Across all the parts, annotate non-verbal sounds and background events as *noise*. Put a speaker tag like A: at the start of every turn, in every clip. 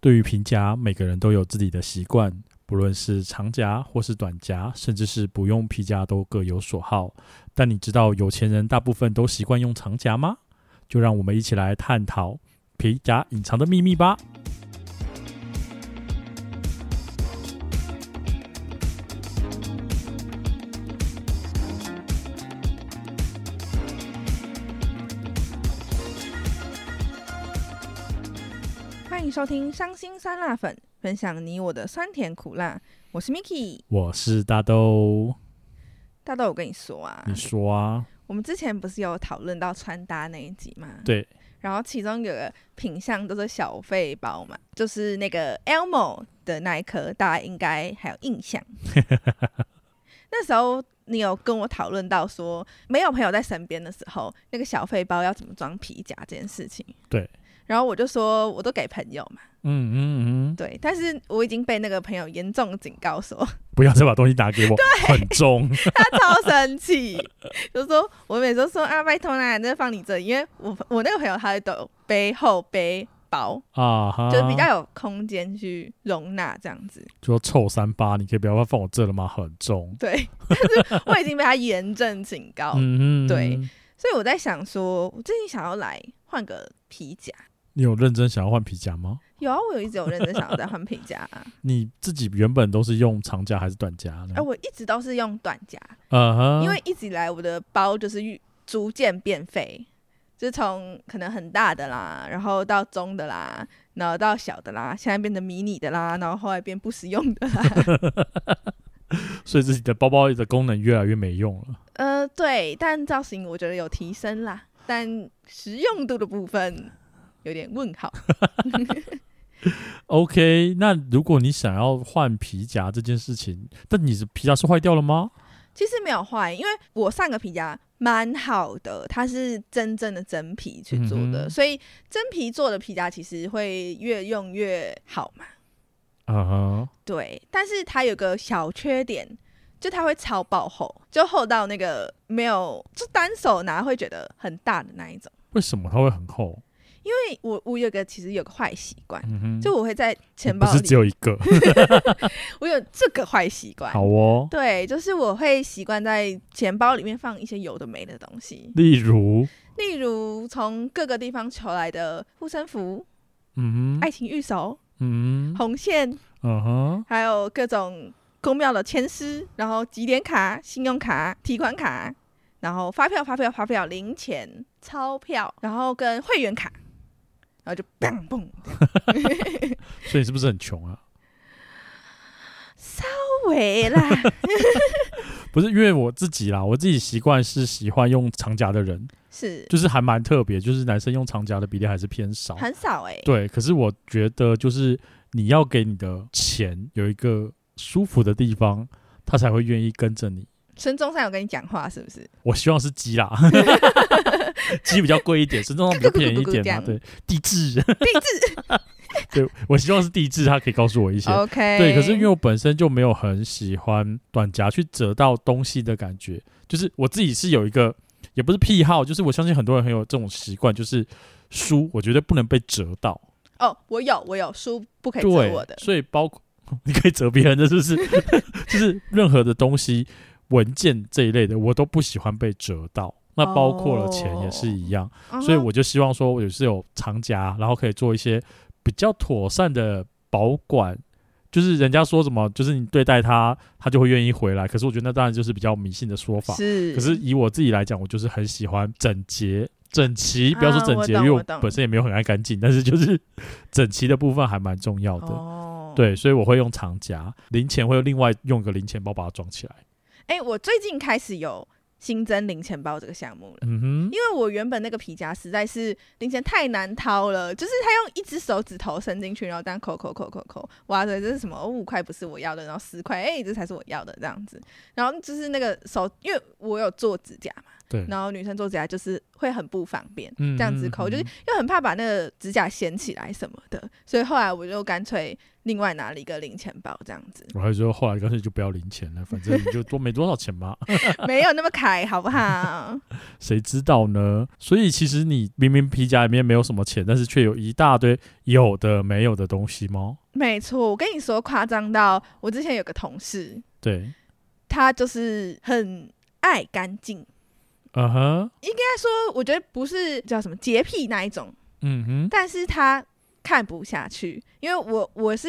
A: 对于评夹，每个人都有自己的习惯，不论是长夹或是短夹，甚至是不用皮夹，都各有所好。但你知道有钱人大部分都习惯用长夹吗？就让我们一起来探讨皮夹隐藏的秘密吧。
B: 欢迎收听《伤心酸辣粉》，分享你我的酸甜苦辣。我是 Miki，
A: 我是大豆，
B: 大豆，我跟你说啊
A: 你，说啊？
B: 我们之前不是有讨论到穿搭那一集嘛？
A: 对。
B: 然后其中有个品相都是小费包嘛，就是那个 Elmo 的那一颗，大家应该还有
A: *laughs*
B: 印象。那时候你有跟我讨论到说，没有朋友在身边的时候，那个小费包要怎么装皮夹这件事情。
A: 对。
B: 然后我就说，我都给朋友嘛，
A: 嗯嗯嗯，
B: 对，但是我已经被那个朋友严重警告说，
A: 不要再把东西拿给我，很重。
B: 超生气，就说我每次都说啊，拜托啦，这放你这里，因为我我那个朋友他会都有背后背包，
A: 啊哈，
B: 就是比较有空间去容纳这样子。
A: 就说臭三八，你可以不要放我这了吗？很重。
B: 对， *laughs* 但是我已经被他严正警告，
A: 嗯嗯，
B: 哦对。所以我在想说，我最近想要来换个皮夹。
A: 你有认真想要换皮夹吗？
B: 有啊，我有一直有认真想要再换皮夹、
A: *laughs*
B: 啊，
A: 你自己原本都是用长夹还是短夹呢
B: 哎、？我一直都是用短夹，
A: 嗯哼，
B: 因为一直以来我的包就是越逐渐变肥，就是从可能很大的啦，然后到中的啦，然后到小的啦，现在变成迷你的啦，然后后来变不实用的啦。
A: *laughs* 所以自己的包包的功能越来越没用了。
B: 呃，对，但造型我觉得有提升啦，但实用度的部分有点问号。
A: OK，那如果你想要换皮夹这件事情，但你的皮夹是坏掉了吗？
B: 其实没有坏，因为我上个皮夹蛮好的，它是真正的真皮去做
A: 嗯
B: 的，
A: 哼
B: 所以真皮做的皮夹其实会越用越好嘛。
A: 嗯哼，
B: 对，但是它有个小缺点，就它会超爆厚，就厚到那个没有，就单手拿会觉得很大的那一种。
A: 为什么它会很厚？
B: 因为我我有个其实有个坏习惯，
A: 嗯哼，
B: 就我会在钱
A: 不
B: 包
A: 是只
B: 里，
A: 有一
B: *laughs*
A: 个。
B: 我有这个坏习惯。
A: 好哦，
B: 对，就是我会习惯在钱包里面放一些有的没的东西，
A: 例如，
B: 例如从各个地方求来的护身符、
A: 嗯哼，
B: 爱情玉手、
A: 嗯哼，
B: 红线，
A: 嗯哼，
B: 还有各种公庙的签诗，然后几点卡、信用卡、提款卡，然后发票、发票、发票、零钱、钞票，然后跟会员卡，然后就砰砰，
A: 所以你是不是很穷啊？
B: 不为啦，
A: 不是，因为我自己啦，我自己习惯是喜欢用长夹的人，
B: *laughs* 是
A: 就是还蛮特别，就是男生用长夹的比例还是偏少。
B: 很少哎、
A: 对，可是我觉得就是你要给你的钱有一个舒服的地方，他才会愿意跟着你。
B: 孙中山有跟你讲话是不是？
A: 我希望是鸡啦，鸡比较贵一点，孙中山比较便宜一点嘛。对，地质，地质，对我希望是地质，他可以告诉我一些。
B: OK，
A: 对，可是因为我本身就没有很喜欢短夹去折到东西的感觉，就是我自己是有一个，也不是癖好，就是我相信很多人很有这种习惯，就是书我觉得不能被折到，
B: 哦，我有我有书不可
A: *laughs*
B: 以
A: 对
B: 借我的，
A: 所以包括 *laughs* 你可以折别人的，是不是？ *laughs* 就是任何的东西、文件这一类的，我都不喜欢被折到。那包括了钱也是一
B: 哦
A: 样，
B: 啊
A: 所以我就希望说，我也是有长夹，然后可以做一些比较妥善的保管。就是人家说什么，就是你对待他，他就会愿意回来。可是我觉得那当然就是比较迷信的说法。
B: 嗯是，
A: 可是以我自己来讲，我就是很喜欢整洁、整齐，不要说
B: 啊
A: 整
B: 我
A: 洁，
B: 懂
A: 因为
B: 我
A: 我
B: 懂
A: 本身也没有很爱干净，但是就是 *laughs* 整齐的部分还蛮重要的。
B: 哦，
A: 对，所以我会用长夹，零钱会另外用个零钱包把它装起来。
B: 哎、我最近开始有新增零钱包这个项目了。
A: 嗯哼，
B: 因为我原本那个皮夹实在是零钱太难掏了，就是他用一只手指头伸进去，然后这样抠抠抠抠抠，哇塞，这是什么？哦五块不是我要的，
A: *laughs*
B: 哎然后十块，哎、这才是我要的这样子。然后就是那个手，因为我有做指甲嘛，
A: 对，
B: 然后女生做指甲就是会很不方便，
A: 嗯
B: 这样子抠，
A: 嗯嗯
B: 就是
A: 嗯，
B: 又很怕把那个指甲掀起来什么的，所以后来我就干脆另外拿了一个零钱包这样子 *laughs*
A: 我还说后来干脆就不要零钱了，反正你就多没多少钱嘛， *laughs*
B: 没有那么开，好不好？
A: 谁知道呢？所以其实你明明皮夹里面没有什么钱，但是却有一大堆有的没有的东西吗？
B: 没错，我跟你说夸张到我之前有个同事，
A: 对，
B: 他就是很爱干净，应
A: 嗯哼，
B: 该说我觉得不是叫什么洁癖那一种，
A: 嗯哼，
B: 但是他看不下去，因为我我是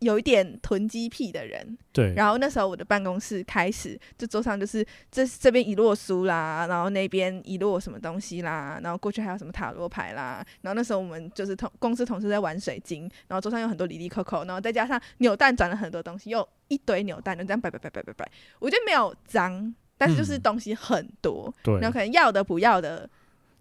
B: 有一点囤积癖的人，
A: 对，
B: 然后那时候我的办公室开始，就桌上就是这这边一摞书啦，然后那边一摞什么东西啦，然后过去还有什么塔罗牌啦，然后那时候我们就是同公司同事在玩水晶，然后桌上有很多里里扣扣，然后再加上扭蛋转了很多东西，又一堆扭蛋，就这样摆摆摆摆摆摆，我觉得没有脏，但是就是
A: 嗯
B: 东西很多，
A: 对，
B: 然后可能要的不要的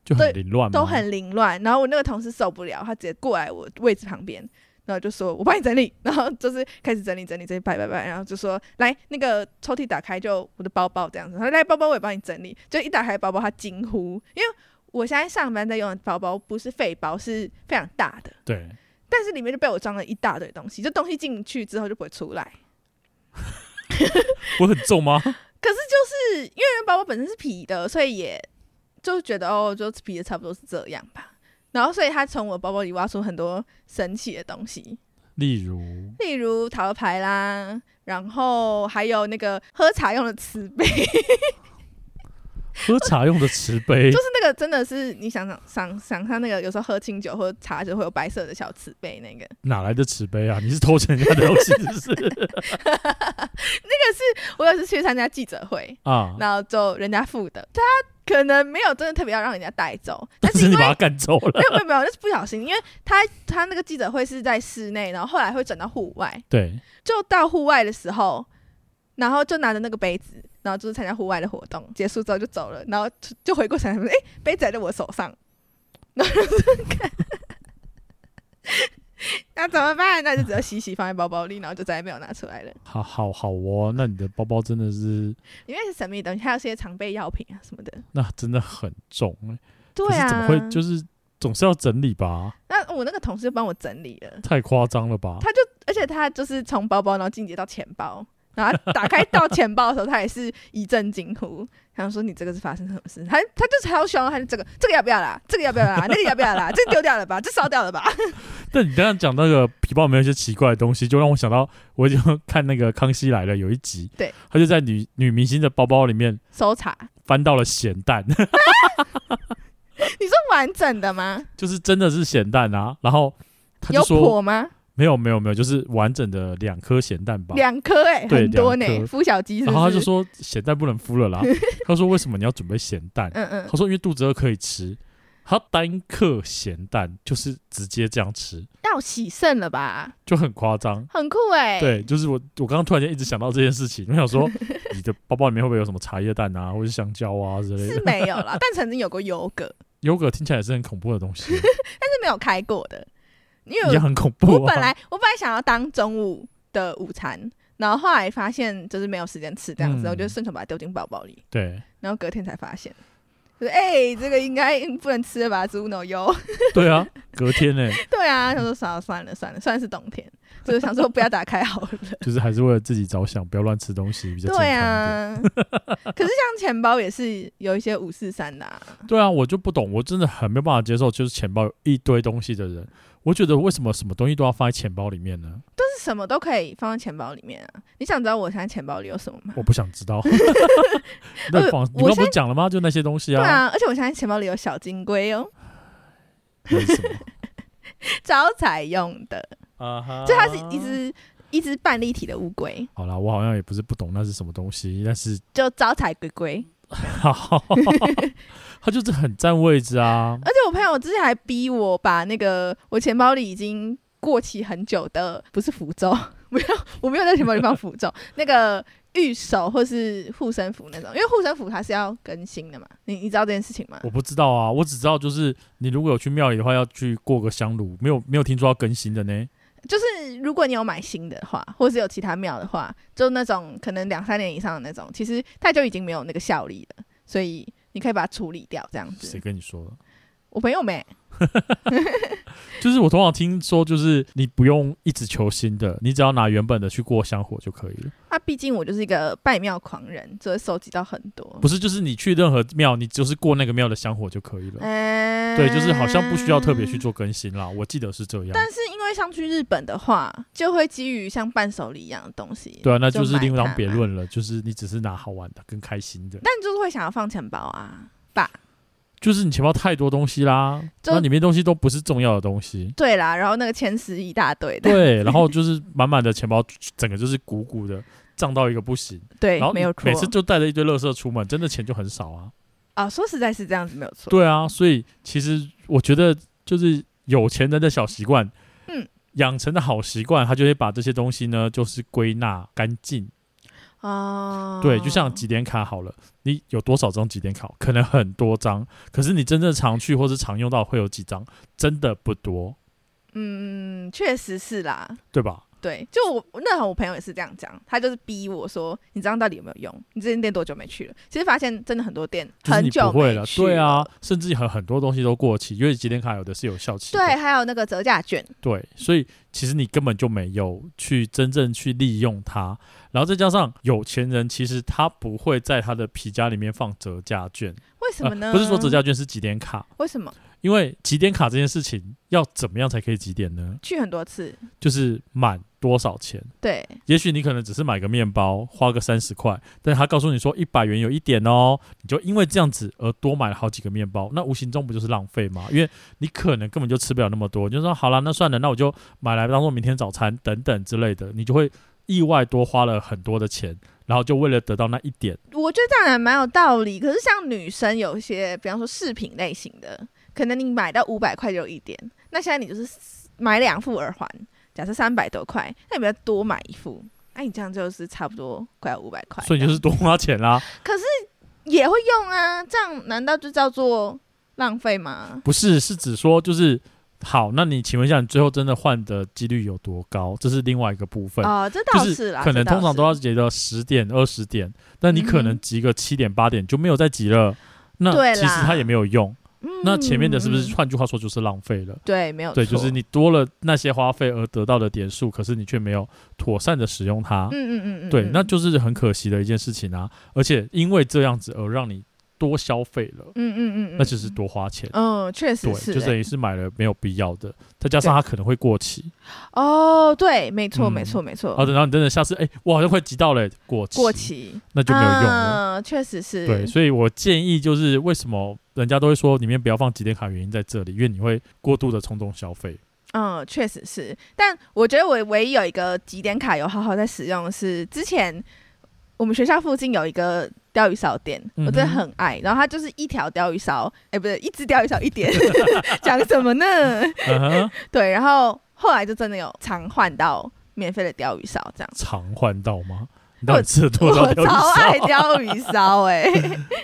A: 就
B: 对
A: 很凌乱嘛，
B: 都很凌乱，然后我那个同事受不了，他直接过来我位置旁边，然后就说：“我帮你整理。”然后就是开始整理整理整理摆摆摆，然后就说：“来，那个抽屉打开就我的包包这样子。”他说：“来，包包我也帮你整理。”就一打开包包，他惊呼，因为我现在上班在用的包包不是废包，是非常大的，
A: 对，
B: 但是里面就被我装了一大堆东西，就东西进去之后就不会出来。
A: 我很重
B: *laughs*
A: 吗？
B: 可是就是因为人包包本身是皮的，所以也就觉得哦，就皮的差不多是这样吧。然后，所以他从我包包里挖出很多神奇的东西，
A: 例如，
B: 例如塔罗牌啦，然后还有那个喝茶用的瓷杯，
A: 喝茶用的瓷杯
B: 就，是那个真的是你想想想想象那个有时候喝清酒或者茶就会有白色的小瓷杯，那个
A: 哪来的瓷杯啊？你是偷人家的东西是不
B: *laughs*
A: 是？
B: 我有一次去参加记者会，
A: 啊，
B: 然后就人家付的，他可能没有真的特别要让人家带走，
A: 但
B: 但是
A: 是
B: 因
A: 你
B: 为
A: 把他赶走了
B: 没，有没有没有，就是不小心，因为他他那个记者会是在室内，然后后来会转到户外，
A: 对，
B: 就到户外的时候，然后就拿着那个杯子，然后就是参加户外的活动，结束之后就走了，然后就就回过神来说：“哎、杯子还在我手上。”然后就是看， *laughs* 那怎么办？那就只有洗洗放在包包里，然后就再也没有拿出来了。
A: 好好好哦，那你的包包真的是
B: 里面是神秘的东西，还有些常备药品啊什么的。
A: 那真的很重欸，可
B: 对
A: 是
B: 啊，
A: 怎么会就是总是要整理吧？
B: 那我那个同事帮我整理了。
A: 太夸张了吧？
B: 他就而且他就是从包包然后进阶到钱包，然后他打开到钱包的时候，他也是一阵惊呼，想说你这个是发生什么事？他他就是超凶，他就这个这个要不要啦？这个要不要啦？那个要不要 *laughs* 啦？这个丢掉了吧？这烧掉了吧？
A: 但你刚刚讲那个皮包里面有一些奇怪的东西，就让我想到，我就看那个《康熙来了》有一集，
B: 对，
A: 他就在女女明星的包包里面
B: 搜查，
A: 翻到了咸蛋， *laughs*
B: 你是完整的吗？
A: 就是真的是咸蛋啊，然后他
B: 有
A: 就说
B: 破吗？
A: 没有没有没有，就是完整的两颗咸蛋吧。
B: 两颗哎，
A: 对
B: 很多呢
A: 两，颗
B: 孵小鸡是
A: 然后
B: 不？
A: 他就是说咸蛋不能孵
B: *laughs*
A: 了啦，他说为什么你要准备咸蛋？
B: 嗯嗯
A: 他，说因为肚子饿可以吃，他单克咸蛋就是直接这样吃，
B: 那我喜胜了吧？
A: 就很夸张。
B: 很酷哎，
A: 对，就是我，我刚刚突然间一直想到这件事情，我想
B: *laughs*
A: 说，你的包包里面会不会有什么茶叶蛋啊，或者是香蕉啊之类
B: 是
A: 的？
B: 没有啦，但曾经有过优格，
A: 优格听起来也是很恐怖的东西，
B: 但是没有开过的，因 *laughs* 为我
A: 也很恐
B: 我
A: 怖、啊。
B: 本来我本来想要当中午的午餐，然后后来发现就是没有时间吃这样子，
A: 嗯
B: 我就顺手把它丢进包包里，
A: 对
B: 然后隔天才发现，就是哎、这个应该不能吃了吧，植物奶油。
A: 对啊，隔天呢、
B: 对啊，他说算了算了算了，虽然是冬天，就是想说不要打开好了。
A: 就是还是为了自己着想，不要乱吃东西，比较健康
B: 对
A: 一点。
B: 啊，可是像钱包也是有一些五四三的、啊，
A: 对啊，我就不懂，我真的很没有办法接受，就是钱包有一堆东西的人，我觉得为什么什么东西都要放在钱包里面呢？
B: 但是什么都可以放在钱包里面啊。你想知道我现在钱包里有什么吗？
A: 我不想知
B: *laughs*
A: 道。那放，你
B: 呃我
A: 刚不
B: 现在
A: 是讲了吗？就那些东西
B: 对
A: 啊，
B: 啊，而且我现在钱包里有小金龟哦，
A: 为什么？
B: 招财用的。
A: *laughs* 啊哈
B: 就它是一只一只半立体的乌龟，
A: 好啦，我好像也不是不懂那是什么东西，但是 *laughs*
B: 就招财龟龟。
A: 好，它就是很占位置啊。
B: 而且我朋友之前还逼我把那个我钱包里已经过期很久的，不是符咒，没有，我没有在钱包里放符咒， *laughs* 那个玉手或是护身符那种，因为护身符它是要更新的嘛。你你知道这件事情吗？
A: 我不知道啊，我只知道就是你如果有去庙里的话，要去过个香炉，没有没有听说要更新的呢。
B: 就是如果你有买新的话，或是有其他庙的话，就那种可能两三年以上的那种，其实它就已经没有那个效力了，所以。你可以把它处理掉，这样子
A: 谁。跟你说的？
B: 我朋友没，
A: 就是我通常听说，就是你不用一直求新的，你只要拿原本的去过香火就可以了。
B: 那啊毕竟我就是一个拜庙狂人，所以收集到很多
A: 不。是，就是你去任何庙，你就是过那个庙的香火就可以了。
B: 嗯，
A: 对，就是好像不需要特别去做更新啦，我记得是这样。
B: 但是因为像去日本的话，就会基于像伴手礼一样的东西。
A: 对啊，那就是
B: 买
A: 另当
B: 它
A: 别
B: 嘛。
A: 论了。就是你只是拿好玩的、更开心的，
B: 但就是会想要放钱包啊，
A: 就是你钱包太多东西啦，
B: 就。
A: 那里面东西都不是重要的东西
B: *laughs* 对啦，然后那个前十一大堆的，
A: 对，然后就是满满的钱包，整个就是鼓鼓的，胀到一个不行。
B: *laughs* 对
A: 然后，
B: 没
A: 你
B: 有错。
A: 每次就带着一堆垃圾出门，真的钱就很少啊。
B: 啊，说实在是这样子，没有错。
A: 对啊，所以其实我觉得就是有钱人的小习惯，
B: 嗯，
A: 养成的好习惯，他就会把这些东西呢，就是归纳干净。
B: 哦，
A: 对，就像几点卡好了，你有多少张几点卡？可能很多张，可是你真正常去或是常用到会有几张，真的不多，
B: 嗯，确实是啦。
A: 对吧？
B: 对，就我那会儿我朋友也是这样讲，他就是逼我说，你这样到底有没有用？你这间店多久没去了？其实发现真的很多店
A: 就是
B: 很
A: 你不
B: 久
A: 会
B: 没
A: 了，
B: 去
A: 对啊
B: 了，，
A: 甚至很很多东西都过期，因为几点卡有的是有效期的，
B: 对，还有那个折价券，
A: 对，所以其实你根本就没有去真正去利用它，然后再加上有钱人其实他不会在他的皮夹里面放折价券，
B: 为什么呢？
A: 呃？不是说折，价券是几点卡，
B: 为什么
A: 因为几点卡这件事情要怎么样才可以几点呢？
B: 去很多次？
A: 就是满多少钱？
B: 对，
A: 也许你可能只是买个面包，花个三十块，但是他告诉你说一百元有一点哦，你就因为这样子而多买了好几个面包，那无形中不就是浪费吗？因为你可能根本就吃不了那么多，你就说好啦，那算了，那我就买来当做明天早餐等等之类的，你就会意外多花了很多的钱，然后就为了得到那一点，
B: 我觉得这样还蛮有道理。可是像女生有一些，比方说饰品类型的，可能你买到五百块就有一点，那现在你就是买两副耳环，假设三百多块，那你不要多买一副，那、你这样就是差不多快要五百块。
A: 所以你就是多花钱啦。
B: 也会用啊，这样难道就叫做浪费吗？
A: 不是，是指说就是好，那你请问一下，你最后真的换的几率有多高？这是另外一个部分。
B: 哦，这
A: 就
B: 倒
A: 是
B: 啦，
A: 可能
B: 这倒
A: 通常
B: 是
A: 都要集到十点、二十点，但你可
B: 嗯
A: 能
B: 哼
A: 集个七点、八点就没有再集了。那
B: 对
A: 其实
B: 啦
A: 它也没有用。那前面的是不
B: 嗯嗯
A: 是？换句话说就是浪费了？
B: 对，没有
A: 对，就是
B: 错。
A: 你多了那些花费而得到的点数，可是你却没有妥善的使用它。
B: 嗯嗯嗯嗯，
A: 对，
B: 嗯
A: 那就是很可惜的一件事情啊！而且因为这样子而让你多消费了，
B: 嗯嗯嗯，
A: 那就是多花钱。
B: 嗯，确实
A: 对，
B: 是
A: 就
B: 欸
A: 等于是买了没有必要的，再加上它可能会过期，
B: 哦，对，没错
A: 嗯
B: 没错没错
A: 好，的，然后你真的下次哎、我好像快集到了、过期，
B: 哦过期
A: 那就没有用了。
B: 嗯，确实是，
A: 对，所以我建议就是为什么人家都会说里面不要放几点卡，原因在这里，因为你会过度的冲动消费。
B: 嗯，确实是，但我觉得我唯一有一个几点卡有好好在使用的是，之前我们学校附近有一个鲷鱼烧店，我真的
A: 嗯哼
B: 很爱。然后它就是一条鲷鱼烧，哎、不是一只鲷鱼烧一点， *laughs* 讲什么呢？
A: 嗯哼，
B: 对，然后后来就真的有常换到免费的鲷鱼烧这样。
A: 常换到吗？你到底吃了多少
B: 我
A: 条鱼
B: 超爱
A: 烧？
B: 鲷鱼
A: *laughs*
B: 烧、哎，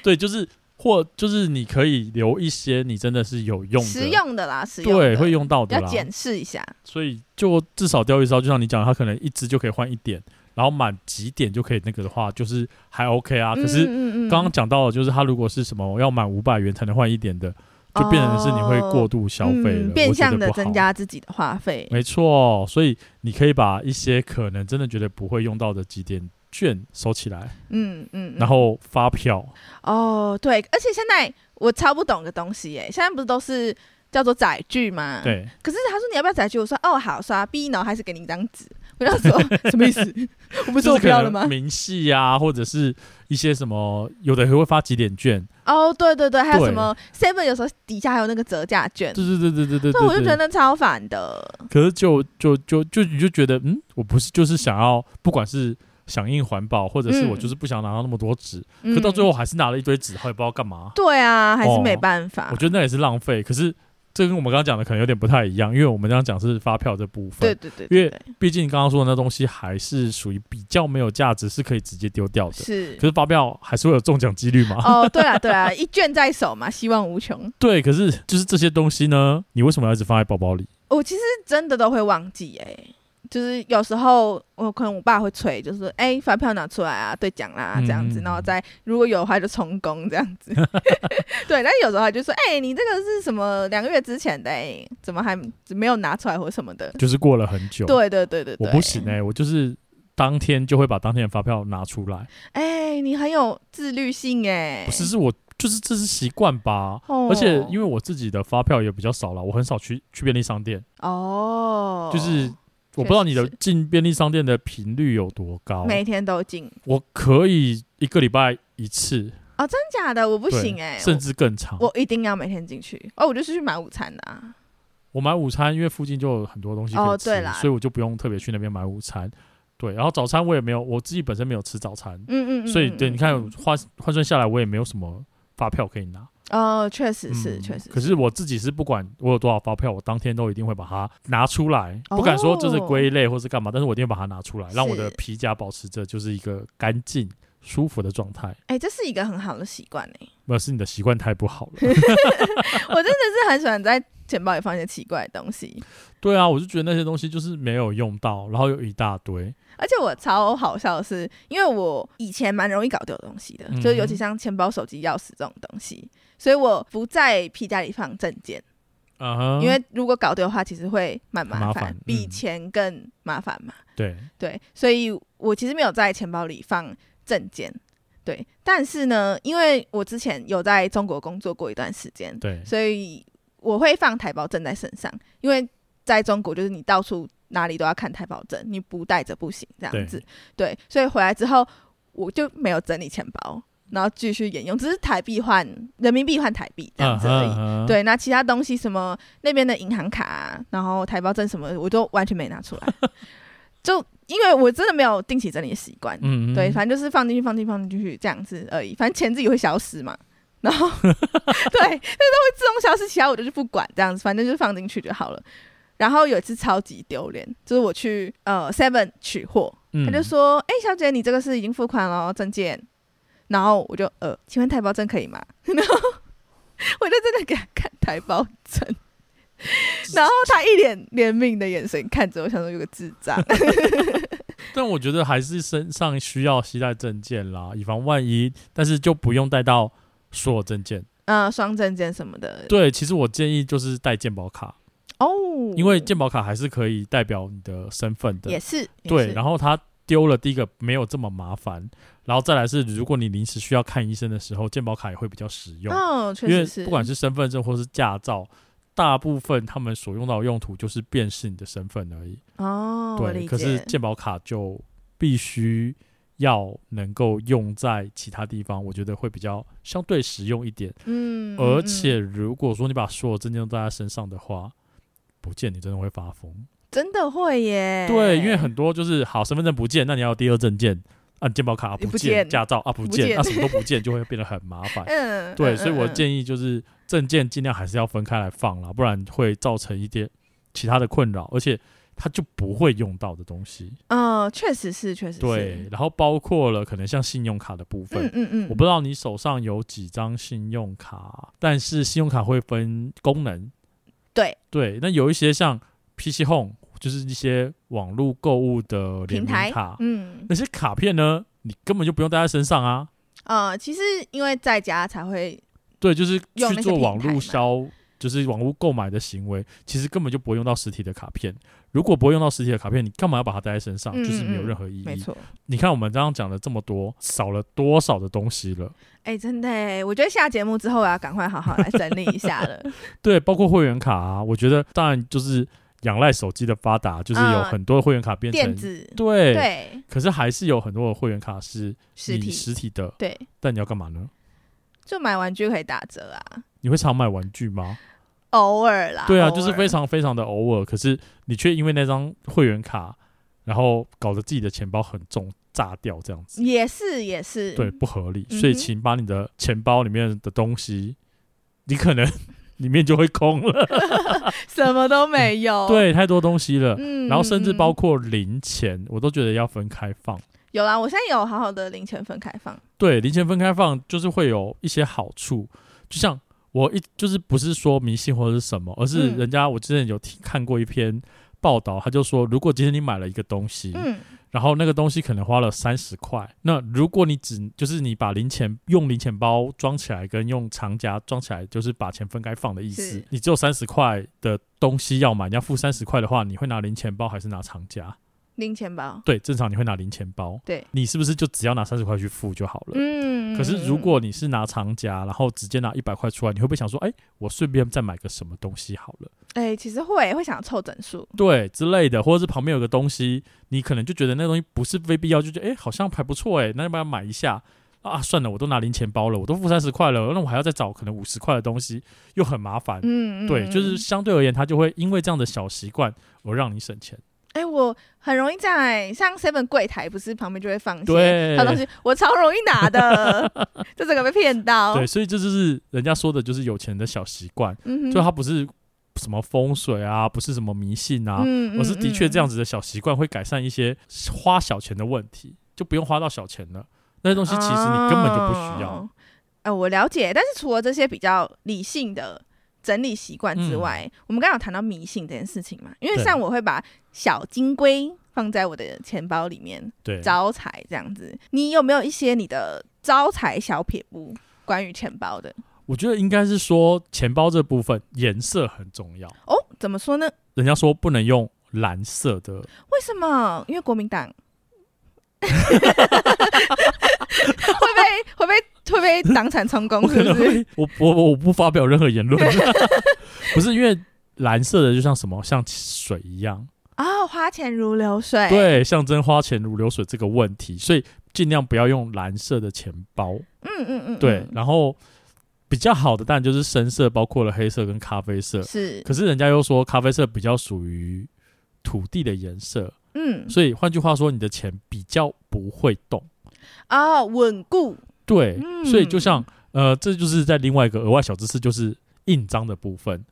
A: 对，就是或就是你可以留一些你真的是有用的，
B: 实用的啦，实用
A: 对
B: 的
A: 会用到的
B: 要
A: 啦。
B: 检视一下。
A: 所以就至少钓鱼烧，就像你讲的，它可能一只就可以换一点，然后满几点就可以那个的话，就是还 OK 啊。可是
B: 嗯嗯嗯
A: 刚刚讲到的，就是它如果是什么要满五百元才能换一点的，就变成是你会过度消费了，
B: 嗯，变
A: 我觉得
B: 相的
A: 不好
B: 增。加自己的花费。
A: 没错，所以你可以把一些可能真的觉得不会用到的几点券收起来，
B: 嗯嗯，嗯
A: 然后发票。
B: 哦，对，而且现在我超不懂的东西耶，现在不是都是叫做载具吗？。
A: *laughs* 对，
B: 可是他说你要不要载具？我说哦好，刷 B，然后还是给你一张纸。我就说
A: *laughs*
B: 什么意思？我不
A: 不
B: 是说我不要了吗？
A: 明细啊，或者是一些什么，有的还会发几点券。
B: 哦，对对对，还有
A: 对
B: 什么 Seven 有时候底下还有那个折价券，
A: 对对对对对对对
B: 那我就觉
A: 对。
B: 得超烦的。
A: 可是就就就就你就觉得，嗯，我不是就是想要，不管是响应环保，或者是我
B: 嗯
A: 就是不想拿到那么多纸，
B: 嗯
A: 可到最后还是拿了一堆纸，后也不知道干嘛。
B: 对啊，还是没
A: 哦
B: 办法。
A: 我觉得那也是浪费。可是这跟我们刚刚讲的可能有点不太一样，因为我们刚刚讲是发票这部
B: 对
A: 分，
B: 对对，
A: 因为哦
B: 对对
A: 毕竟刚刚说的那东西还是属于比较没有价值，是可以直接丢掉的。
B: 是
A: 可是发票还是会有中奖几率嘛？
B: 哦，对啊对啊，一卷在手嘛，希望无穷。
A: 对，可是就是这些东西呢，你为什么要一直放在包包里？
B: 我其实真的都会忘记哎、就是有时候我可能我爸会催，就是说哎、发票拿出来啊，兑奖啦
A: 嗯
B: 这样子，然后再如果有的话就充公这样子。 *laughs* 对，但有时候他就说哎、你这个是什么两个月之前的、哎，怎么还没有拿出来或什么的？
A: 就是过了很久，
B: 对对对对对，
A: 我不行哎、我就是当天就会把当天的发票拿出来，
B: 哎、你很有自律性哎、
A: 不是是我就是这是习惯吧。
B: 哦
A: 而且因为我自己的发票也比较少了，我很少去去便利商店，
B: 哦，
A: 就是我
B: 确
A: 不知道你的
B: 实是
A: 进便利商店的频率有多高，
B: 每天都进
A: 我可以一个礼拜一次，
B: 哦，真假的我不
A: 对
B: 行哎、
A: 甚至更长。
B: 我我一定要每天进去哦，我就是去买午餐的啊。
A: 我买午餐，因为附近就有很多东西可
B: 哦
A: 以吃，
B: 对啦
A: 所以我就不用特别去那边买午餐。对，然后早餐我也没有，我自己本身没有吃早餐，
B: 嗯嗯嗯，
A: 所以
B: 嗯
A: 对，
B: 嗯
A: 你看
B: 嗯
A: 换换算下来，我也没有什么发票可以拿。
B: 哦，确实是，
A: 嗯
B: 确实。
A: 可是我自己是不管我有多少发票，我当天都一定会把它拿出来，不敢说就是归类或是干嘛，但是我一定会把它拿出来，让我的
B: 哦是
A: 皮夹保持着就是一个干净舒服的状态。
B: 哎、这是一个很好的习惯哎，
A: 没有，是你的习惯太不好了。
B: *laughs* 我真的是很喜欢在钱包里放一些奇怪的东西，
A: 对啊，我就觉得那些东西就是没有用到，然后有一大堆。
B: 而且我超好笑的是，因为我以前蛮容易搞丢东西的，就是尤其
A: 嗯
B: 像钱包、手机、钥匙这种东西，所以我不在皮夹里放证件，
A: 啊哈、
B: *laughs* 因为如果搞丢的话，其实会蛮麻
A: 麻
B: 烦，
A: 烦
B: 比
A: 嗯
B: 钱更麻烦嘛。
A: 对，
B: 对，所以我其实没有在钱包里放证件，对，但是呢，因为我之前有在中国工作过一段时间，
A: 对，
B: 所以我会放台胞证在身上，因为在中国就是你到处哪里都要看台胞证，你不带着不行这样子。对，所以回来之后我就没有整理钱包，然后继续沿用，只是台币换人民币换台币这样子而已。
A: 嗯哼，
B: 对，那其他东西什么那边的银行卡、啊，然后台胞证什么的，我都完全没拿出来， *laughs* 就因为我真的没有定期整理的习惯。
A: 嗯嗯
B: 对，反正就是放进去、放进去、放进去这样子而已。反正钱自己会消失嘛，然
A: *laughs*
B: 后对，那都会自动消失，其他我就是不管这样子，反正就是放进去就好了。然后有一次超级丢脸，就是我去呃 Seven 取货，
A: 嗯
B: 他就说：“哎、小姐，你这个是已经付款了哦，证件。”然后我就呃，请问台胞证可以吗？ *laughs* 然后我就真的给他看台胞证，然后他一脸怜悯的眼神看着我，想说有个智
A: *laughs*
B: 障。
A: 但我觉得还是身上需要携带证件啦，以防万一，但是就不用带到所有证件。
B: 嗯、双证件什么的
A: 对，其实我建议就是带健保卡，
B: 哦，
A: 因为健保卡还是可以代表你的身份的
B: 也。是
A: 对，然
B: 后
A: 后它丢了，第一个没有这么麻烦，然后再来是，如果你临时需要看医生的时候，健保卡也会比较实用，
B: 哦，确
A: 因为
B: 实是
A: 不管是身份证或是驾照。大部分他们所用到的用途就是辨识你的身份而已，
B: 哦，我
A: 对。
B: 理
A: 可是
B: 解
A: 健保卡就必须要能够用在其他地方，我觉得会比较相对实用一点。
B: 嗯，
A: 而
B: 嗯
A: 且如果说你把所有证件都带在身上的话，不见你真的会发疯。
B: 真的会耶，
A: 对，因为很多就是好身份证不见，那你要有第二证件啊，你健保卡、啊、
B: 不
A: 不
B: 见
A: 见，驾照啊不
B: 不
A: 见，
B: 见
A: 那什么都不见，就会变得很麻烦。
B: *laughs* 嗯，
A: 对，
B: 嗯
A: 所以我
B: 嗯
A: 建议就是证件尽量还是要分开来放啦，不然会造成一点其他的困扰，而且它就不会用到的东西。
B: 嗯，确实是，确实是
A: 对，，然后包括了可能像信用卡的部分
B: 嗯，嗯嗯，
A: 我不知道你手上有几张信用卡，但是信用卡会分功能。
B: 对
A: 对，那有一些像 PC Home，就是一些网络购物的联
B: 平
A: 名
B: 台
A: 卡，
B: 嗯
A: 那些卡片呢，你根本就不用带在身上啊。
B: 呃，其实因为在家才会
A: 对，就是
B: 用
A: 去
B: 那些
A: 做
B: 平
A: 网
B: 台
A: 络
B: 嘛
A: 消，就是网络购买的行为，其实根本就不会用到实体的卡片。如果不会用到实体的卡片，你干嘛要把它带在身上？就是没有
B: 嗯嗯嗯
A: 任何意义。
B: 没错，
A: 你看我们刚刚讲了这么多，少了多少的东西了？
B: 哎，真的耶，我觉得下节目之后我要赶快好好来整理一下了，
A: 对，包括会员卡啊，我觉得当然就是仰赖手机的发达，就是有
B: 嗯
A: 很多会员卡变成、
B: 电子
A: 对。
B: 对
A: 可是还是有很多的会员卡是
B: 实
A: 你
B: 体
A: 实体的，
B: 对，
A: 但你要干嘛呢？
B: 就买玩具可以打折啊，
A: 你会常买玩具吗？
B: 偶尔啦，
A: 对啊，
B: 偶
A: 就是
B: 尔
A: 非常非常的偶尔。可是你却因为那张会员卡，然后搞得自己的钱包很重，炸掉这样子，
B: 也是也是
A: 对，不合理。
B: 嗯嗯哼
A: 所以请把你的钱包里面的东西，你可能 *laughs* 里面就会空了，
B: 什么都没有，，
A: 嗯对，太多东西了。
B: 嗯，
A: 然后甚至
B: 嗯嗯
A: 包括零钱，我都觉得要分开放。
B: 嗯有啦，我现在有好好的零钱分开放。
A: 对，零钱分开放就是会有一些好处，就像我一就是不是说迷信或者是什么，而是
B: 嗯
A: 人家我之前有听看过一篇报道，他就说，如果今天你买了一个东西，
B: 嗯，
A: 然后那个东西可能花了三十块，那如果你只就是你把零钱用零钱包装起来，跟用长夹装起来，就是把钱分开放的意思
B: 是。
A: 你只有三十块的东西要买，你要付三十块的话，你会拿零钱包还是拿长夹？
B: 拎钱包，
A: 对，正常你会拿零钱包。
B: 对，
A: 你是不是就只要拿三十块去付就好了？
B: 嗯。
A: 可是如果你是拿长夹，然后直接拿一百块出来，你会不会想说，哎、我顺便再买个什么东西好了？
B: 哎、其实会会想凑整数，
A: 对之类的，或者是旁边有个东西，你可能就觉得那东西不是非必要，就觉得哎、诶好像还不错哎、那要不要买一下？啊，算了，我都拿零钱包了，我都付三十块了，那我还要再找可能五十块的东西，又很麻烦。
B: 嗯，嗯
A: 对，就是
B: 嗯
A: 相对而言，它就会因为这样的小习惯，我让你省钱。
B: 哎、我很容易在像 Seven 柜台，不是旁边就会放一
A: 对
B: 些小东西，我超容易拿的， *laughs* 就这个被骗到。
A: 对，所以这就是人家说的，就是有钱的小习惯，
B: 嗯哼，
A: 就它不是什么风水啊，不是什么迷信啊，
B: 嗯，嗯
A: 我是的确这样
B: 子，
A: 子的小习惯会改善一些花小钱的问题，就不用花到小钱了。那些东
B: 东
A: 西其实你根本就不需要。
B: 哦、呃我了解，但是除了这些比较理性的整理习惯之外，我们刚刚有谈到迷信这件事情嘛？因为
A: 嗯对
B: 像我会把小金龟放在我的钱包里面
A: 对，
B: 招财这样子，你有没有一些你的招财小撇步关于钱包的？
A: 我觉得应该是说钱包这部分颜色很重要。
B: 哦，怎么说呢？
A: 人家说不能用蓝色
B: *laughs*
A: 的，
B: 为什么？因为国民党
A: *laughs*
B: 会被会被会被党产充公，
A: 我可
B: 是
A: 能
B: 不哦
A: *laughs*
B: 是？
A: 会，我我我不发表任何言
B: *laughs*
A: 论，不是因为蓝色的就像什么，像水一样，
B: 哦，花钱如流水。，
A: 对，象征花钱如流水这个问题，所以尽量不要用蓝色的钱包。
B: 嗯嗯嗯，
A: 对
B: 嗯，
A: 然后比较好的当然就是深色，包括了黑色跟咖啡色。
B: 是，
A: 可是人家又说咖啡色比较属于土地的颜色，
B: 嗯，
A: 所以换句话说，你的钱比较不会动。
B: 哦，稳固，
A: 对，
B: 嗯
A: 所以就像呃，这就是在另外一个额外小知识，就是印章的部分。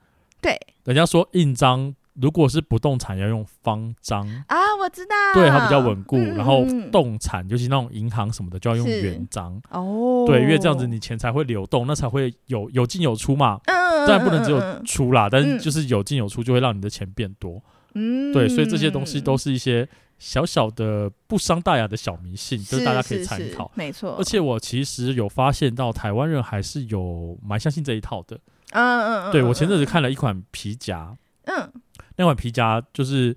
B: 对，
A: 人家说印章如果是不动产要用方章，
B: 啊，我知道，
A: 对它比较稳固。
B: 嗯
A: 然后
B: 嗯嗯
A: 动产，尤其那种银行什么的，就要用
B: 是
A: 圆章。
B: 哦，
A: 对，因为这样子你钱才会流动，那才会有有进有出嘛。
B: 嗯，嗯，
A: 当然不能只
B: 嗯嗯
A: 有
B: 嗯
A: 出啦，但是
B: 嗯
A: 就是有进有出就会让你的钱变多。
B: 嗯，
A: 对，所以这些东西都是一些小小的不伤大雅的小迷信，就是是哦大家可以
B: 是
A: 参
B: 是
A: 考。
B: 没错，
A: 而且我其实有发现到台湾人还是有蛮相信这一套的。
B: 嗯，嗯嗯，
A: 对
B: 嗯
A: 我前阵子，看了一款皮夹，
B: 嗯，
A: 那款皮夹就是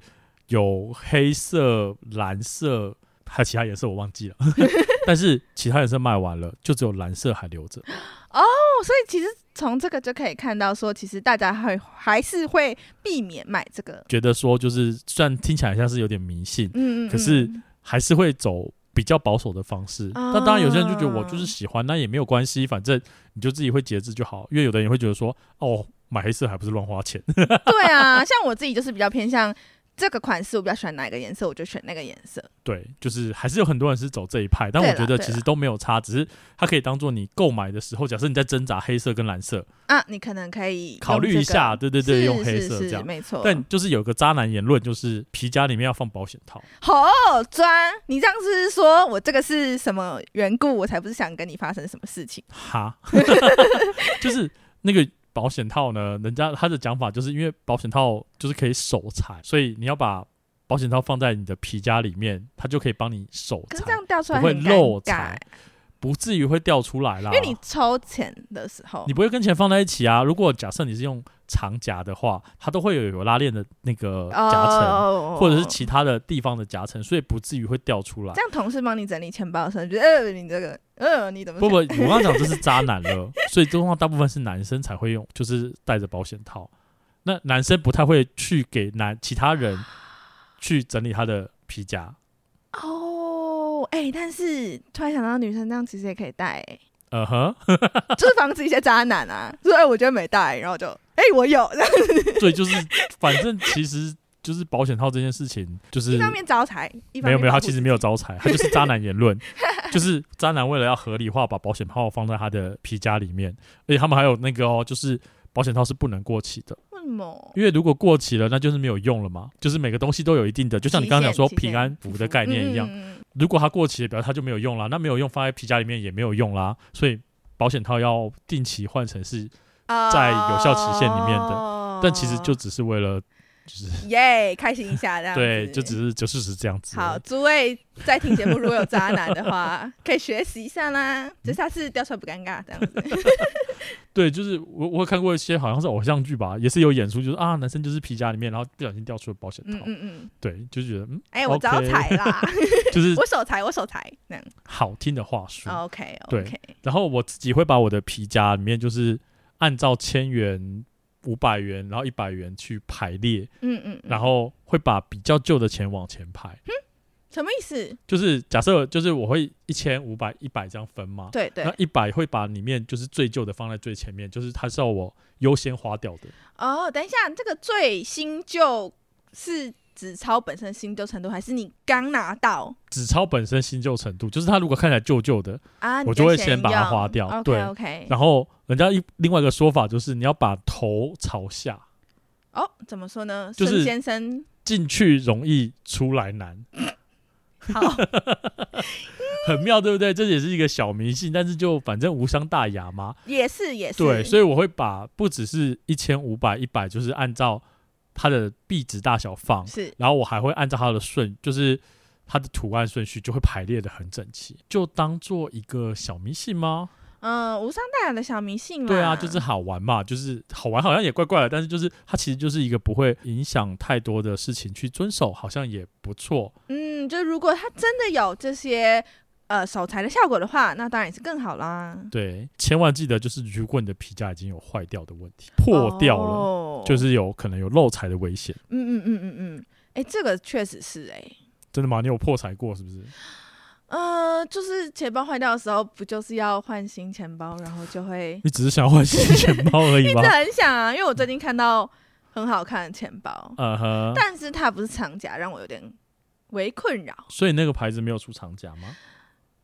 A: 有黑色、蓝色，还有其他颜色我忘记了， *laughs* 但是其他颜色卖完了，就只有蓝色还留着。
B: 哦，所以其实从这个就可以看到，说其实大家会还是会避免买这个，
A: 觉得说就是虽然听起来像是有点迷信，
B: 嗯，嗯
A: 可是
B: 嗯
A: 还是会走比较保守的方式。
B: 啊
A: 但当然，有些人就觉得我就是喜欢，那也没有关系，反正你就自己会节制就好。因为有的人也会觉得说，哦，买黑色还不是乱花钱。 *laughs*
B: 对啊，像我自己就是比较偏向这个款式，我比较喜欢哪个颜色，我就选那个颜色。
A: 对，就是还是有很多人是走这一派，但
B: 对
A: 我
B: 啦
A: 觉得
B: 对
A: 其
B: 啦
A: 实都没有差，只是它可以当做你购买的时候，假设你在挣扎黑色跟蓝色，
B: 啊，你可能可以
A: 考虑
B: 用这
A: 一下
B: 个
A: 对对对
B: 是
A: 用黑
B: 是
A: 色
B: 是
A: 这样
B: 没错。
A: 但就是有个渣男言论，就是皮夹里面要放保险套。
B: 好哦专，你这样是说我这个是什么缘故？我才不是想跟你发生什么事情。
A: 哈， *laughs* 就是那个保险套呢，人家他的讲法就是因为保险套就是可以手裁，所以你要把保险套放在你的皮夹里面，它就可以帮你手
B: 可是这
A: 裁，
B: 样掉出
A: 不
B: 来
A: 会
B: 很
A: 漏
B: 尴尬
A: 裁，，不至于会掉出来啦。
B: 因为你抽钱的时候
A: 你，不会跟钱放在一起啊。如果假设你是用长夹的话，它都会有有拉链的那个夹层。
B: 哦
A: 或者是其他的地方的夹层，所以不至于会掉出来
B: 这。样，同事帮你整理钱包的时候，觉得呃你这个呃你怎么
A: 不不，
B: 想
A: 我刚刚讲这是渣男了， *laughs* 所以通常大部分是男生才会用，就是带着保险套。那男生不太会去给男其他人去整理他的皮夹，
B: 哦哎、但是突然想到女生这样其实也可以带、欸 *laughs*
A: 呃呵，
B: 就是防止一些渣男啊，就是、哎我觉得没带，然后就哎、我有，然后
A: *laughs* 对，就是反正其实就是保险套这件事情，就是
B: 一方面招财，一方
A: 没有
B: 面
A: 没有，
B: 保
A: 他
B: 护
A: 其
B: 自
A: 实
B: 己
A: 没有招财，他就是渣男言 *laughs* 论，就是渣男为了要合理化，把保险套放在他的皮夹里面，而且他们还有那个哦，就是保险套是不能过期的。
B: 为什么？
A: 因为如果过期了，那就是没有用了嘛。就是每个东西都有一定的，就像你刚刚讲说
B: 期限
A: 平安符的概念一样，
B: 嗯嗯嗯
A: 如果它过期了，表示它就没有用啦。那没有用，放在皮夹里面也没有用啦。所以保险套要定期换成是，在有效期限里面的
B: 哦
A: 但其实就只是为了就是
B: 耶、开心一下这样子。
A: 对，就只是就事实这样子。
B: 好，，诸位在听节目，如果有渣男的话， *laughs* 可以学习一下啦，就下次掉出来不尴尬这
A: *laughs*
B: 样子。
A: 对，就是我我有看过一些好像是偶像剧吧，也是有演出，就是啊，男生就是皮夹里面，然后不小心掉出了保险
B: 嗯
A: 套，
B: 嗯嗯，
A: 对，就觉得嗯，
B: 哎、我招
A: OK
B: 财啦，
A: *laughs* 就是
B: 我手财，我手财，这样。
A: 好听的话
B: 哦
A: 术。
B: OK
A: 对
B: OK，
A: 然后我自己会把我的皮夹里面就是按照千元、五百元，然后一百元去排列，
B: 嗯嗯，嗯
A: 然后会把比较旧的钱往前排。
B: 什么意思？
A: 就是假设就是我会一千、五百、一百这样分嘛，
B: 对对
A: 那，一百会把里面就是最旧的放在最前面，就是它是要我优先花掉的。
B: 哦，等一下，这个最新旧是纸钞本身新旧程度，还是你刚拿到
A: 纸钞本身新旧程度，就是它如果看起来旧旧的，
B: 啊？
A: 我
B: 你
A: 就会
B: 先
A: 先把它花掉
B: OK
A: 对
B: OK，
A: 然后人家一另外一个说法就是你要把头朝下
B: 哦，怎么说呢？
A: 就是
B: 孙先生，
A: 进去容易出来难，
B: 好，
A: 很妙，对不对？这也是一个小迷信，但是就反正无伤大雅嘛。
B: 也是也是，
A: 对，所以我会把不只是一千五百、一百，就是按照它的币值大小放，
B: 是
A: 然后我还会按照它的顺，就是它的图案顺序就会排列的很整齐，就当做一个小迷信吗？
B: 嗯，无伤大雅的小迷信啦。
A: 对啊，就是好玩嘛，就是好玩，好像也怪怪的，但是就是它其实就是一个不会影响太多的事情去遵守，好像也不错。
B: 嗯，就如果他真的有这些呃守财的效果的话，那当然也是更好啦。
A: 对，千万记得就是如果你的皮夹已经有坏掉的问题，破掉了，
B: 哦
A: 就是有可能有漏财的危险。
B: 嗯嗯嗯嗯嗯，哎、这个确实是哎、
A: 真的吗？你有破财过是不是？
B: 呃，就是钱包坏掉的时候，不就是要换新钱包，然后就会
A: 你只是想要换新钱包而已
B: 一 *laughs*
A: 吗
B: 直？很想啊，因为我最近看到很好看的钱包，
A: 嗯哼，
B: 但是它不是长夹，让我有点为困扰。
A: 所以那个牌子没有出长夹吗？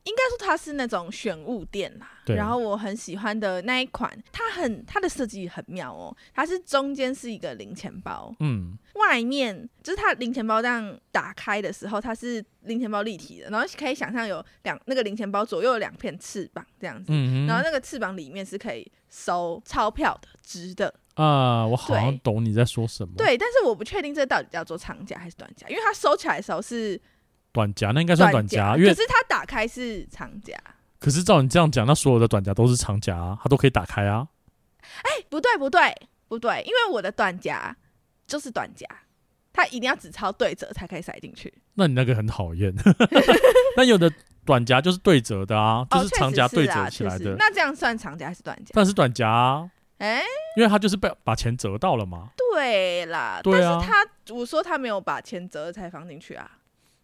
B: 应该说它是那种选物店啦，
A: 对
B: 然后我很喜欢的那一款，它很它的设计很妙哦，它是中间是一个零钱包，
A: 嗯，
B: 外面就是它零钱包这样打开的时候，它是零钱包立体的，然后可以想象有两那个零钱包左右有两片翅膀这样子，
A: 嗯哼，
B: 然后那个翅膀里面是可以收钞票的，直的。
A: 啊、我好像
B: 对
A: 懂你在说什么。，
B: 对，但是我不确定这到底叫做长夹还是短夹，因为它收起来的时候是
A: 短夹那应该算短夹，
B: 夹，
A: 因为
B: 可是它打开是长夹。
A: 可是照你这样讲，那所有的短夹都是长夹、啊，它都可以打开啊。
B: 哎，不对不对不对，因为我的短夹就是短夹，它一定要纸钞对折才可以塞进去。
A: 那你那个很讨
B: *laughs*
A: 厌。那有的短夹就是对折的啊，就
B: 哦，确
A: 长
B: 实
A: 夹
B: 是
A: 对
B: 啦
A: 折起
B: 确
A: 来
B: 实
A: 的，
B: 那这样算长夹还是短夹？
A: 但是短夹、啊，
B: 哎，
A: 因为它就是被把钱折到了嘛。
B: 对啦，
A: 对啊
B: 但是他我说他没有把钱折了才放进去啊，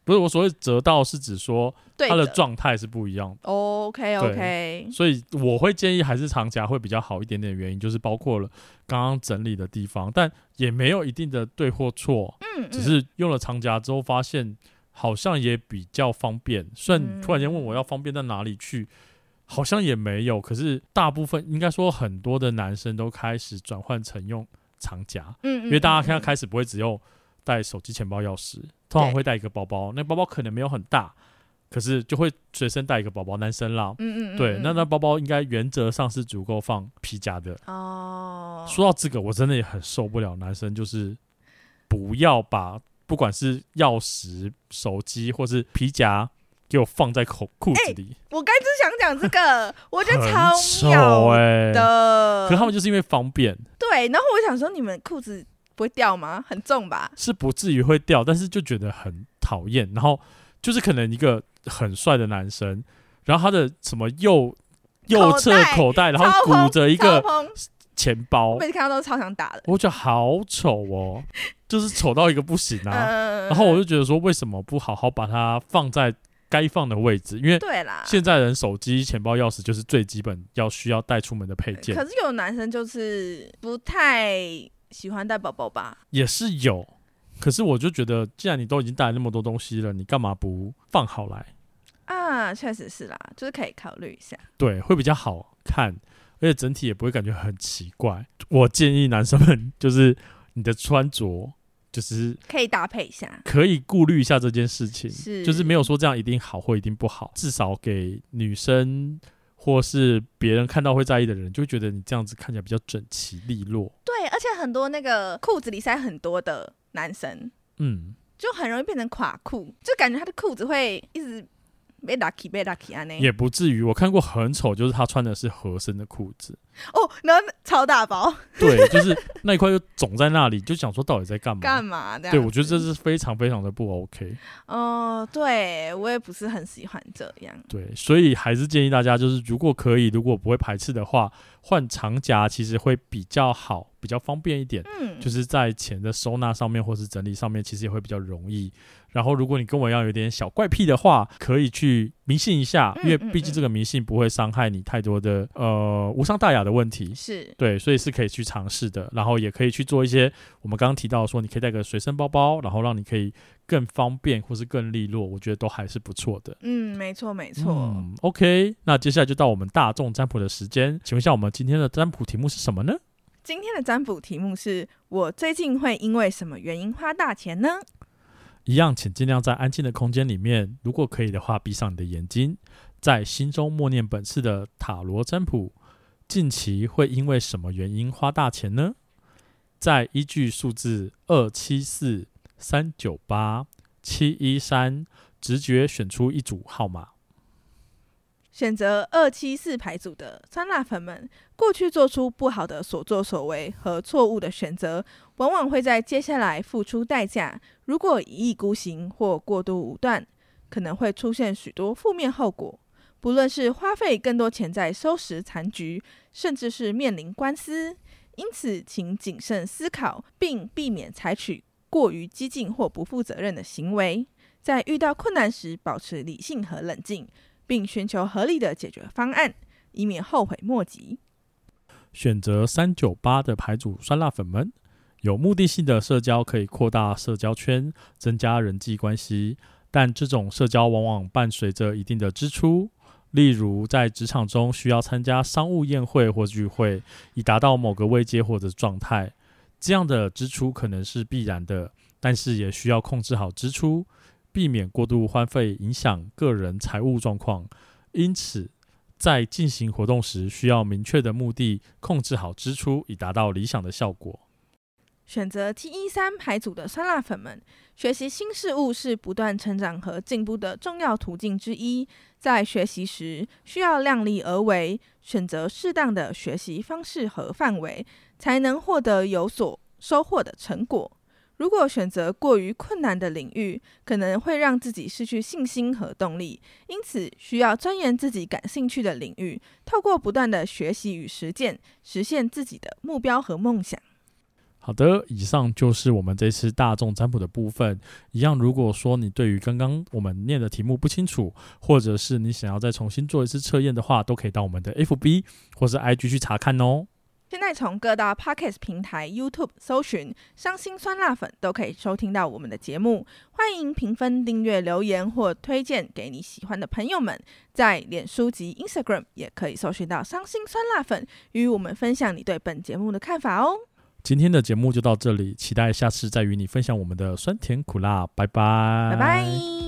A: 不是我所谓折到，是指说
B: 对
A: 它的
B: 折
A: 状态是不一样的。
B: OK OK，
A: 所以我会建议还是长夹会比较好一点点，原因就是包括了刚刚整理的地方，但也没有一定的对或错，
B: 嗯，
A: 只
B: 嗯
A: 是用了长夹之后发现好像也比较方便。虽然你突然间问我要方便到哪里去，好像也没有，可是大部分应该说很多的男生都开始转换成用长夹，
B: 嗯，
A: 因为大家现
B: 看
A: 在开始不会只用带手机、钱包、钥匙，通常
B: 对
A: 会带一个包包，那包包可能没有很大，可是就会随身带一个包包，男生啦。
B: 嗯嗯嗯，
A: 对，那
B: 嗯
A: 那包包应该原则上是足够放皮夹的。
B: 哦，
A: 说到这个，我真的也很受不了男生，就是不要把不管是钥匙、手机或是皮夹给我放在口裤子里，
B: 我刚才就是想讲哎这个，我觉得超
A: 很丑
B: 妙
A: 哎、
B: 的
A: 可是他们就是因为方便，
B: 对，然后我想说你们裤子不会掉吗？很重吧？
A: 是不至于会掉，但是就觉得很讨厌。然后就是可能一个很帅的男生，然后他的什么右右侧
B: 口袋
A: 口袋，然后
B: 超
A: 鼓
B: 疯
A: 着一
B: 超
A: 个
B: 疯，
A: 钱包
B: 我，每次看到都超想打的。
A: 我觉得好丑
B: *laughs*
A: 哦，就是丑到一个不行啊。
B: 嗯，
A: 然后我就觉得说，为什么不好好把它放在该放的位置？因为
B: 对啊啦，
A: 现在人手机、钱包、钥匙就是最基本要需要带出门的配件，
B: 可是有男生就是不太喜欢带包包吧？
A: 也是有。可是我就觉得，既然你都已经带了那么多东西了，你干嘛不放好来？
B: 啊，确实是啦，就是可以考虑一下。
A: 对，会比较好看，而且整体也不会感觉很奇怪。我建议男生们，就是你的穿着，就是
B: 可以搭配一下。
A: 可以顾虑一下这件事情，
B: 是
A: 嗯就是没有说这样一定好或一定不好，至少给女生或是别人看到会在意的人，就会觉得你这样子看起来比较整齐利落。
B: 对，而且很多那个裤子里塞很多的男生，
A: 嗯，
B: 就很容易变成垮裤，就感觉他的裤子会一直被 lucky 被 lucky 啊那
A: 也不至于。我看过很丑，就是他穿的是合身的裤子，
B: 哦，然后超大包
A: 对，就是那一块就肿在那里，就想说到底在干嘛？
B: 干嘛这样？
A: 对，我觉得这是非常非常的不 OK。
B: 哦，对我也不是很喜欢这样。
A: 对，所以还是建议大家，就是如果可以，如果不会排斥的话，换长夹其实会比较好，比较方便一点。
B: 嗯，
A: 就是在钱的收纳上面或是整理上面，其实也会比较容易。然后，如果你跟我一样有点小怪癖的话，可以去迷信一下，
B: 嗯
A: 因为
B: 嗯
A: 毕竟
B: 嗯
A: 这个迷信不会伤害你太多的呃无伤大雅的问题。
B: 是
A: 对，所以是可以去尝试的，然后也可以去做一些我们刚刚提到说，你可以带个随身包包，然后让你可以更方便或是更利落，我觉得都还是不错的。
B: 嗯，没错没错。
A: 嗯，OK，那接下来就到我们大众占卜的时间，请问一下我们今天的占卜题目是什么呢？
B: 今天的占卜题目是我最近会因为什么原因花大钱呢？
A: 一样，请尽量在安静的空间里面，如果可以的话，闭上你的眼睛，在心中默念本次的塔罗占卜。近期会因为什么原因花大钱呢？再依据数字二七四三九八七一三，直觉选出一组号码。
B: 选择二七四牌组的酸辣粉们，过去做出不好的所作所为和错误的选择，往往会在接下来付出代价。如果一意孤行或过度武断，可能会出现许多负面后果。不论是花费更多钱在收拾残局，甚至是面临官司，因此请谨慎思考，并避免采取过于激进或不负责任的行为。在遇到困难时，保持理性和冷静，并寻求合理的解决方案，以免后悔莫及。
A: 选择三九八的牌组酸辣粉们，有目的性的社交可以扩大社交圈，增加人际关系，但这种社交往往伴随着一定的支出，例如在职场中需要参加商务宴会或聚会，以达到某个位阶或者状态。这样的支出可能是必然的，但是也需要控制好支出，避免过度花费影响个人财务状况。因此，在进行活动时，需要明确的目的，控制好支出，以达到理想的效果。
B: 选择 T 一三牌组的酸辣粉们，学习新事物是不断成长和进步的重要途径之一。在学习时，需要量力而为，选择适当的学习方式和范围，才能获得有所收获的成果。如果选择过于困难的领域，可能会让自己失去信心和动力，因此需要钻研自己感兴趣的领域，透过不断的学习与实践，实现自己的目标和梦想。
A: 好的，以上就是我们这次大众占卜的部分。一样，如果说你对于刚刚我们念的题目不清楚，或者是你想要再重新做一次测验的话，都可以到我们的 FB 或是 IG 去查看哦。
B: 现在从各大 podcast 平台、YouTube 搜寻“伤心酸辣粉”，都可以收听到我们的节目。欢迎评分、订阅、留言或推荐给你喜欢的朋友们。在脸书及 Instagram 也可以搜寻到“伤心酸辣粉”，与我们分享你对本节目的看法哦。
A: 今天的节目就到这里，期待下次再与你分享我们的酸甜苦辣。拜拜，
B: 拜拜。